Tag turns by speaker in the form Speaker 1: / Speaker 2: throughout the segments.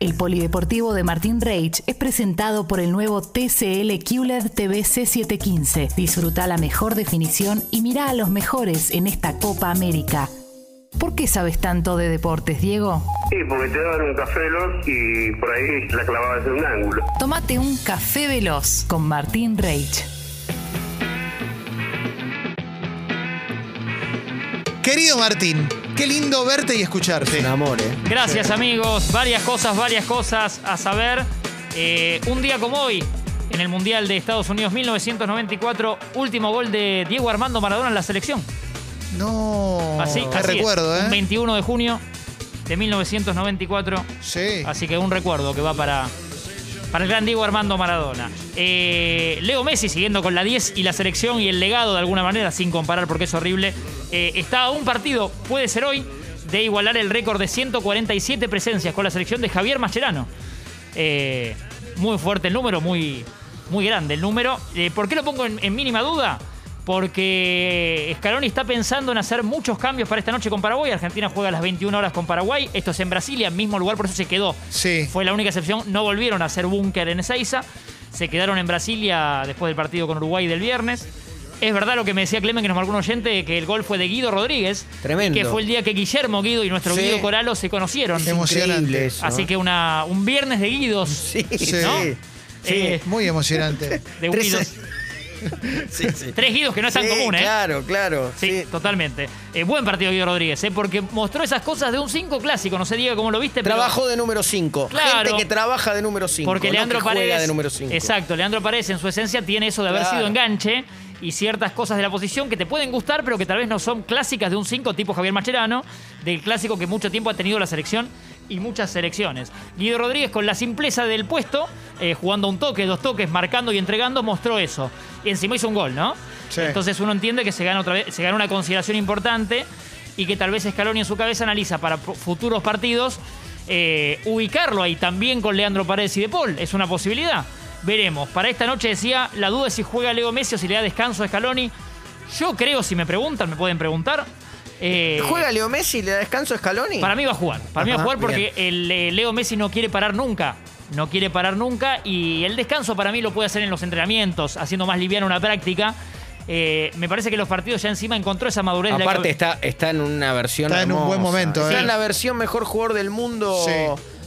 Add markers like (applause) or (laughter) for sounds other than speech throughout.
Speaker 1: El polideportivo de Martín Reich es presentado por el nuevo TCL QLED TV C715. Disfruta la mejor definición y mira a los mejores en esta Copa América. ¿Por qué sabes tanto de deportes, Diego?
Speaker 2: Sí, porque te daban un café veloz y por ahí la clavabas en un ángulo.
Speaker 1: Tómate un café veloz con Martín Reich.
Speaker 3: Querido Martín, qué lindo verte y escucharte.
Speaker 4: Un amor, ¿eh?
Speaker 5: Gracias amigos, varias cosas, varias cosas a saber. Eh, un día como hoy, en el Mundial de Estados Unidos 1994, último gol de Diego Armando Maradona en la selección.
Speaker 3: No,
Speaker 5: Así,
Speaker 3: Oh. qué
Speaker 5: así es.
Speaker 3: recuerdo,
Speaker 5: Un
Speaker 3: ¿eh?
Speaker 5: 21 de junio de 1994.
Speaker 3: Sí.
Speaker 5: Así que un recuerdo que va para, para el gran Diego Armando Maradona. Eh, Leo Messi siguiendo con la 10 y la selección y el legado de alguna manera, sin comparar porque es horrible. eh, está a un partido, puede ser hoy, de igualar el récord de 147 presencias con la selección de Javier Mascherano. Eh, muy fuerte el número, muy, muy grande el número. Eh, ¿Por qué lo pongo en, en mínima duda? Porque Scaloni está pensando en hacer muchos cambios para esta noche con Paraguay. Argentina juega a las 21 horas con Paraguay. Esto es en Brasilia, mismo lugar, por eso se quedó.
Speaker 3: Sí.
Speaker 5: Fue la única excepción. No volvieron a hacer búnker en Ezeiza. Se quedaron en Brasilia después del partido con Uruguay del viernes. Es verdad lo que me decía Clemen, que nos marcó un oyente, que el gol fue de Guido Rodríguez.
Speaker 4: Tremendo.
Speaker 5: Que fue el día que Guillermo Guido y nuestro
Speaker 3: Sí.
Speaker 5: Guido Coralo se conocieron.
Speaker 3: Hemos Emocionante.
Speaker 4: Increíble eso. ¿eh?
Speaker 5: Así que una, un viernes de Guidos.
Speaker 4: Sí,
Speaker 3: Sí.
Speaker 5: ¿no?
Speaker 4: sí.
Speaker 5: Eh,
Speaker 3: Muy
Speaker 5: (laughs)
Speaker 3: emocionante.
Speaker 5: de
Speaker 4: Tres-
Speaker 5: Guidos.
Speaker 4: Sí, sí.
Speaker 5: Tres Guidos que no es tan
Speaker 4: Sí,
Speaker 5: común, ¿eh?
Speaker 4: Claro, claro.
Speaker 5: Sí,
Speaker 4: sí.
Speaker 5: totalmente. Eh, buen partido Guido Rodríguez, ¿eh? porque mostró esas cosas de un 5 clásico. No sé, Diego, cómo lo viste. pero-
Speaker 4: Trabajo de número 5.
Speaker 5: Claro.
Speaker 4: Gente que trabaja de número 5.
Speaker 5: Porque Leandro Paredes.
Speaker 4: de número 5.
Speaker 5: Exacto, Leandro Paredes en su esencia tiene eso de haber
Speaker 4: Claro.
Speaker 5: sido enganche y ciertas cosas de la posición que te pueden gustar, pero que tal vez no son clásicas de un 5 tipo Javier Macherano, del clásico que mucho tiempo ha tenido la selección y muchas selecciones. Guido Rodríguez con la simpleza del puesto, eh, jugando un toque, dos toques, marcando y entregando, mostró eso. Y encima hizo un gol, ¿no?
Speaker 3: Sí.
Speaker 5: Entonces uno entiende que se gana otra vez, se gana una consideración importante y que tal vez Scaloni en su cabeza analiza para pro- futuros partidos eh, ubicarlo ahí también con Leandro Paredes y De Paul. Es una posibilidad. Veremos. Para esta noche decía, la duda es si juega Leo Messi o si le da descanso a Scaloni. Yo creo, si me preguntan, me pueden preguntar. eh,
Speaker 4: ¿Juega Leo Messi y le da descanso a Scaloni?
Speaker 5: para mí va a jugar. Para mí va a
Speaker 4: Ajá,
Speaker 5: jugar porque el eh, Leo Messi no quiere parar nunca. No quiere parar nunca. Y el descanso para mí lo puede hacer en los entrenamientos, haciendo más liviana una práctica. Eh, me parece que los partidos ya encima encontró esa madurez de la
Speaker 6: Aparte
Speaker 5: que-
Speaker 6: está, está en una versión
Speaker 3: Está en un
Speaker 6: hermosa.
Speaker 3: buen momento,
Speaker 4: Era
Speaker 3: ¿eh?
Speaker 4: la versión mejor jugador del mundo
Speaker 3: Sí.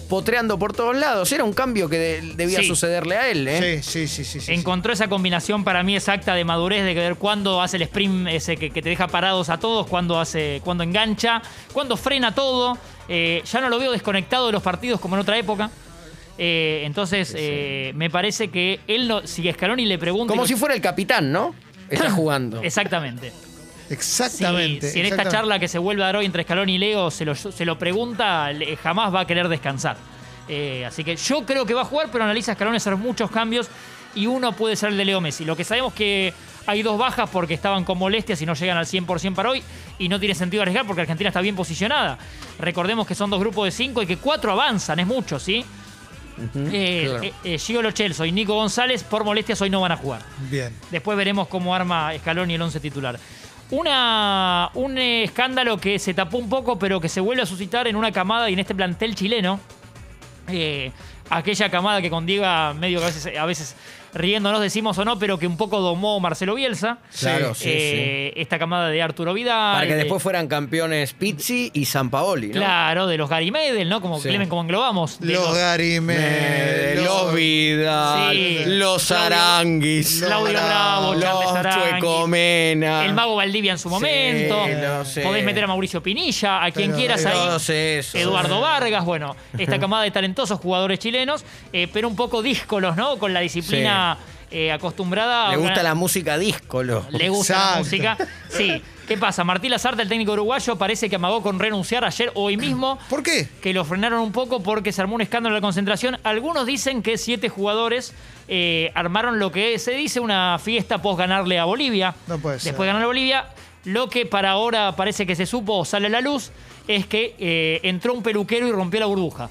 Speaker 4: potreando por todos lados. Era un cambio que de- debía
Speaker 5: Sí.
Speaker 4: sucederle a él, ¿eh?
Speaker 3: Sí, sí, sí, sí. sí, sí.
Speaker 5: Encontró esa combinación para mí exacta de madurez, de ver cuándo hace el sprint ese que, que te deja parados a todos, cuándo hace, cuándo engancha, cuándo frena todo. Eh, ya no lo veo desconectado de los partidos como en otra época. Eh, entonces, eh, me parece que él no, si Scaloni le pregunta.
Speaker 4: Como si fuera el capitán, ¿no? Está jugando.
Speaker 5: Exactamente. Si,
Speaker 3: Exactamente.
Speaker 5: si en esta
Speaker 3: exactamente.
Speaker 5: charla que se vuelve a dar hoy entre Scaloni y Leo se lo, se lo pregunta, le- jamás va a querer descansar. Eh, así que yo creo que va a jugar, pero analiza Scaloni hacer muchos cambios y uno puede ser el de Leo Messi. Lo que sabemos que hay dos bajas porque estaban con molestias y no llegan al 100% para hoy y no tiene sentido arriesgar porque Argentina está bien posicionada. Recordemos que son dos grupos de cinco y que cuatro avanzan, es mucho, ¿sí? Eh,
Speaker 4: claro.
Speaker 5: eh, eh, Gio Lo Celso y Nico González por molestias hoy no van a jugar.
Speaker 3: Bien.
Speaker 5: Después veremos cómo arma Scaloni el 11 titular. Una, un eh, escándalo que se tapó un poco, pero que se vuelve a suscitar en una camada y en este plantel chileno. Eh, aquella camada que con Diego, medio que a veces, a veces riéndonos decimos o no, pero que un poco domó Marcelo Bielsa.
Speaker 4: Claro, Oh, sí,
Speaker 5: Eh, Esta camada de Arturo Vidal.
Speaker 4: Para que
Speaker 5: de-
Speaker 4: después fueran campeones Pizzi y Sampaoli, ¿no?
Speaker 5: Claro, de los Gary Medel, ¿no? Como
Speaker 4: Sí.
Speaker 5: Clemen, como englobamos. de
Speaker 3: Los
Speaker 5: los-
Speaker 3: Garime.
Speaker 4: Eh, los Vidal,
Speaker 5: Sí.
Speaker 4: los
Speaker 5: Claudio-
Speaker 4: Aranguis,
Speaker 5: Claudio Bravo, Charles
Speaker 4: los
Speaker 5: Arangui,
Speaker 4: Chuecomena,
Speaker 5: El mago Valdivia en su momento.
Speaker 4: no sé.
Speaker 5: Podés meter a Mauricio Pinilla, a quien
Speaker 3: Pero-
Speaker 5: quieras ahí.
Speaker 4: todos esos. ¿eh?
Speaker 5: Eduardo Vargas, bueno, esta camada de talentosos jugadores chilenos, eh, pero un poco díscolos, ¿no? Con la disciplina eh, acostumbrada. a
Speaker 4: Le gusta
Speaker 5: una-
Speaker 4: la música díscolo.
Speaker 5: eh. le gusta la
Speaker 3: Exacto.
Speaker 5: música. Sí. ¿Qué pasa? Martí Lazarte, el técnico uruguayo, parece que amagó con renunciar ayer o hoy mismo.
Speaker 3: ¿Por qué?
Speaker 5: Que lo frenaron un poco porque se armó un escándalo en la concentración. Algunos dicen que siete jugadores eh, armaron lo que se dice una fiesta post ganarle a Bolivia.
Speaker 3: No puede ser.
Speaker 5: Después de ganar a Bolivia, lo que para ahora parece que se supo o sale a la luz es que eh, entró un peluquero y rompió la burbuja.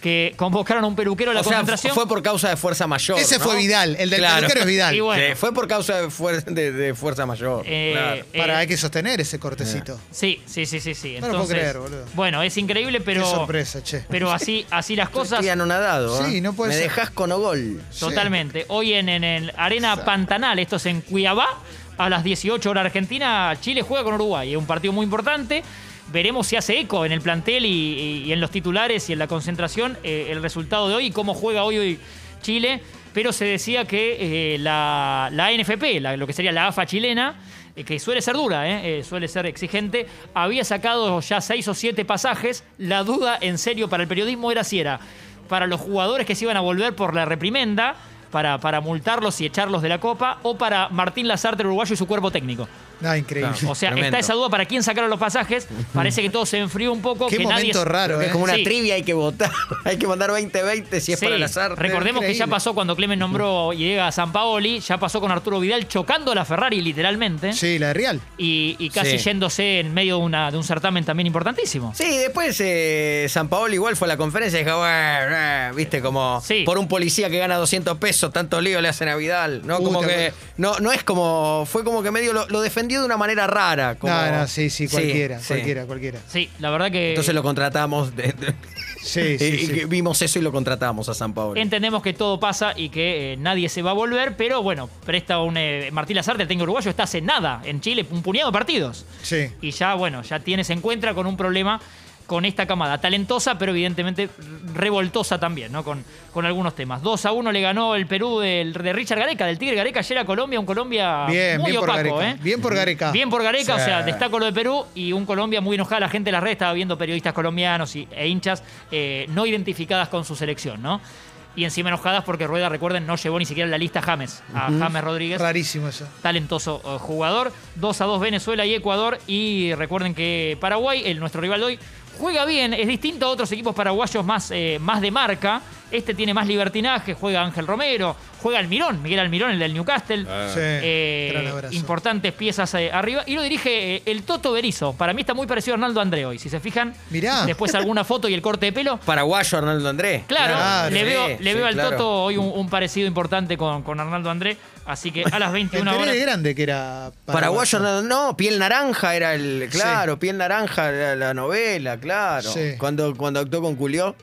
Speaker 5: que convocaron a un peluquero a la
Speaker 4: o sea,
Speaker 5: concentración.
Speaker 4: fue por causa de fuerza mayor.
Speaker 3: Ese
Speaker 4: ¿no?
Speaker 3: fue Vidal, el del
Speaker 4: Claro.
Speaker 3: peluquero es Vidal.
Speaker 5: Y bueno.
Speaker 4: Sí, fue por causa de, fuer- de- de fuerza mayor.
Speaker 5: Eh,
Speaker 4: claro.
Speaker 3: Para,
Speaker 5: eh,
Speaker 3: hay que sostener ese cortecito.
Speaker 5: Sí, sí, sí, sí, sí.
Speaker 3: No lo puedo
Speaker 5: Entonces,
Speaker 3: creer, boludo.
Speaker 5: Bueno, es increíble, pero.
Speaker 3: Qué sorpresa, che.
Speaker 5: Pero así, así las cosas.
Speaker 4: Estoy anonadado. ¿eh?
Speaker 3: Sí, no puede
Speaker 4: Me
Speaker 3: ser.
Speaker 4: dejás con Ogol.
Speaker 5: Totalmente. Hoy en, en el Arena Pantanal, esto es en Cuiabá, a las 18 horas Argentina, Chile juega con Uruguay. Es un partido muy importante. Veremos si hace eco en el plantel y, y- y en los titulares y en la concentración eh, el resultado de hoy y cómo juega hoy, hoy Chile. Pero se decía que eh, la, la NFP, la- lo que sería la AFA chilena, eh, que suele ser dura, eh, eh, suele ser exigente, había sacado ya seis o siete pasajes. La duda en serio para el periodismo era si era para los jugadores que se iban a volver por la reprimenda, para, para multarlos y echarlos de la copa, o para Martín Lazarte, el uruguayo, y su cuerpo técnico.
Speaker 3: Ah, increíble.
Speaker 5: O sea,
Speaker 4: Tremendo.
Speaker 5: está esa duda para quién sacaron los pasajes. Parece que todo se enfrió un
Speaker 3: (laughs)
Speaker 5: poco.
Speaker 3: Qué
Speaker 5: que nadie
Speaker 3: momento raro,
Speaker 4: Creo que
Speaker 3: ¿eh?
Speaker 4: es como una
Speaker 5: Sí.
Speaker 4: trivia, hay que votar. (laughs) hay que mandar 20-20 si es
Speaker 5: Sí,
Speaker 4: para las artes.
Speaker 5: Recordemos que ya
Speaker 4: Increíble.
Speaker 5: pasó cuando Clemen nombró y llega a San Paoli, ya pasó con Arturo Vidal chocando a la Ferrari literalmente
Speaker 3: Sí, la de Real.
Speaker 5: y, y casi
Speaker 4: Sí.
Speaker 5: yéndose en medio de, una- de un certamen también importantísimo.
Speaker 4: Sí, después eh, San Paolo igual fue a la conferencia y dijo, "Bueno, eh", viste, como
Speaker 5: Sí.
Speaker 4: por un policía que gana 200 pesos, tanto lío le hacen a Vidal. No,
Speaker 3: Uh,
Speaker 4: como
Speaker 3: te
Speaker 4: que,
Speaker 3: acuerdas.
Speaker 4: no, no es como, fue como que medio lo, lo defendió de una manera rara. como-
Speaker 3: No, no, sí, sí, cualquiera,
Speaker 4: sí.
Speaker 3: cualquiera, cualquiera.
Speaker 5: Sí, la verdad que...
Speaker 4: Entonces lo contratamos, de- de-
Speaker 3: Sí,
Speaker 4: y-
Speaker 3: sí,
Speaker 4: (laughs) y
Speaker 3: sí.
Speaker 4: que vimos eso y lo contratamos a San Paolo.
Speaker 5: Entendemos que todo pasa y que eh, nadie se va a volver, pero bueno, presta un. eh, Martín Lazarte, el técnico uruguayo, está hace nada en Chile, un puñado de partidos.
Speaker 3: Sí.
Speaker 5: Y ya, bueno, ya tiene, se encuentra con un problema con esta camada. Talentosa, pero evidentemente revoltosa también, ¿no? Con, con algunos temas. 2 a 1 le ganó el Perú del, de Richard Gareca, del Tigre Gareca, ayer a Colombia, un Colombia
Speaker 3: Bien,
Speaker 5: muy
Speaker 3: bien por
Speaker 5: opaco,
Speaker 3: Gareca.
Speaker 5: ¿eh?
Speaker 3: Bien por Gareca.
Speaker 5: Bien por Gareca, o
Speaker 4: Sí.
Speaker 5: sea, destaco lo de Perú y un Colombia muy enojada. La gente en las redes estaba viendo periodistas colombianos y- e hinchas eh, no identificadas con su selección, ¿no? Y encima enojadas porque Rueda, recuerden, no llevó ni siquiera en la lista a James, a James Rodríguez.
Speaker 3: Rarísimo eso.
Speaker 5: Talentoso eh, jugador. 2 a 2 Venezuela y Ecuador. Y recuerden que Paraguay, el, nuestro rival de hoy, juega bien. Es distinto a otros equipos paraguayos más, eh, más de marca. Este tiene más libertinaje. Juega Ángel Romero. Juega Almirón, Miguel Almirón, el del Newcastle.
Speaker 4: Ah.
Speaker 3: Sí,
Speaker 5: Eh,
Speaker 3: gran abrazo.
Speaker 5: importantes piezas eh, arriba. Y lo dirige eh, el Toto Berizo. Para mí está muy parecido a Arnaldo André hoy. Si se fijan,
Speaker 3: Mirá.
Speaker 5: después alguna foto y el corte de pelo.
Speaker 4: Paraguayo Arnaldo Andrés.
Speaker 5: Claro,
Speaker 3: Claro,
Speaker 5: le
Speaker 4: sí,
Speaker 5: veo, le
Speaker 4: sí,
Speaker 5: veo al
Speaker 4: claro.
Speaker 5: Toto hoy un, un parecido importante con, con Arnaldo André. Así
Speaker 3: (laughs)
Speaker 5: que a las
Speaker 3: Me
Speaker 5: 21
Speaker 3: enteré
Speaker 5: horas.
Speaker 3: de grande que era
Speaker 4: Paraguayo, no, no, piel naranja era el. Claro, piel naranja era la novela, claro.
Speaker 3: Sí.
Speaker 4: Cuando, cuando actuó con Culió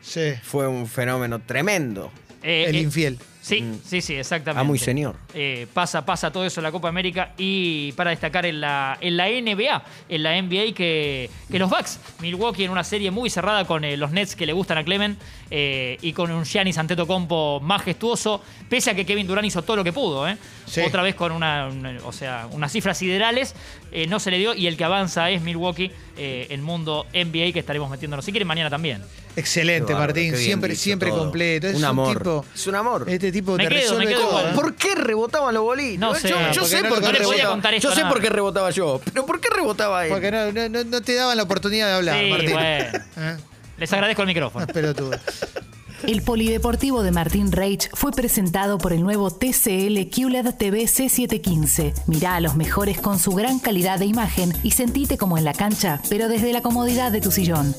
Speaker 3: Sí.
Speaker 4: fue un fenómeno tremendo.
Speaker 5: eh,
Speaker 3: El
Speaker 5: eh,
Speaker 3: infiel.
Speaker 5: Sí, sí, sí, exactamente.
Speaker 4: Ah, muy señor.
Speaker 5: Eh, pasa, pasa todo eso en la Copa América y para destacar en la, en la NBA, en la NBA que, que los Bucks, Milwaukee en una serie muy cerrada con eh, los Nets que le gustan a Clemen eh, y con un Giannis Antetokounmpo majestuoso, pese a que Kevin Durant hizo todo lo que pudo, ¿eh?
Speaker 3: Sí.
Speaker 5: otra vez con una, una- o sea, unas cifras siderales, eh, no se le dio y el que avanza es Milwaukee, eh, el mundo NBA que estaremos metiéndonos, si quieren mañana también.
Speaker 3: Excelente,
Speaker 4: Qué bárbaro, qué
Speaker 3: Martín.
Speaker 4: bien
Speaker 3: Siempre,
Speaker 4: dicho
Speaker 3: siempre
Speaker 4: todo.
Speaker 3: completo. Es
Speaker 4: Un
Speaker 3: un,
Speaker 4: amor.
Speaker 3: tipo.
Speaker 4: Es un amor.
Speaker 3: Este tipo
Speaker 5: Me
Speaker 3: te
Speaker 5: quedo, me
Speaker 3: resuelve
Speaker 5: quedo
Speaker 3: todo,
Speaker 5: igual,
Speaker 3: ¿eh?
Speaker 5: ¿eh?
Speaker 4: Ah. ¿Por qué rebotaban los bolitos?
Speaker 5: No
Speaker 4: Yo-
Speaker 5: sé.
Speaker 4: yo,
Speaker 3: Porque
Speaker 4: sé
Speaker 3: no
Speaker 4: por
Speaker 3: le
Speaker 4: qué
Speaker 3: podía
Speaker 4: rebotaba.
Speaker 5: contar esto
Speaker 4: Yo sé
Speaker 5: nada.
Speaker 4: por qué rebotaba yo. Pero ¿por qué rebotaba él?
Speaker 3: Porque no, no- no- no te daban la oportunidad de hablar,
Speaker 5: Sí,
Speaker 3: Martín.
Speaker 5: bueno.
Speaker 3: ¿Eh?
Speaker 5: Les agradezco el micrófono.
Speaker 3: Unas pelotudas.
Speaker 1: El Polideportivo de Martín Reich fue presentado por el nuevo TCL QLED TV C715. Mirá a los mejores con su gran calidad de imagen y sentite como en la cancha, pero desde la comodidad de tu sillón.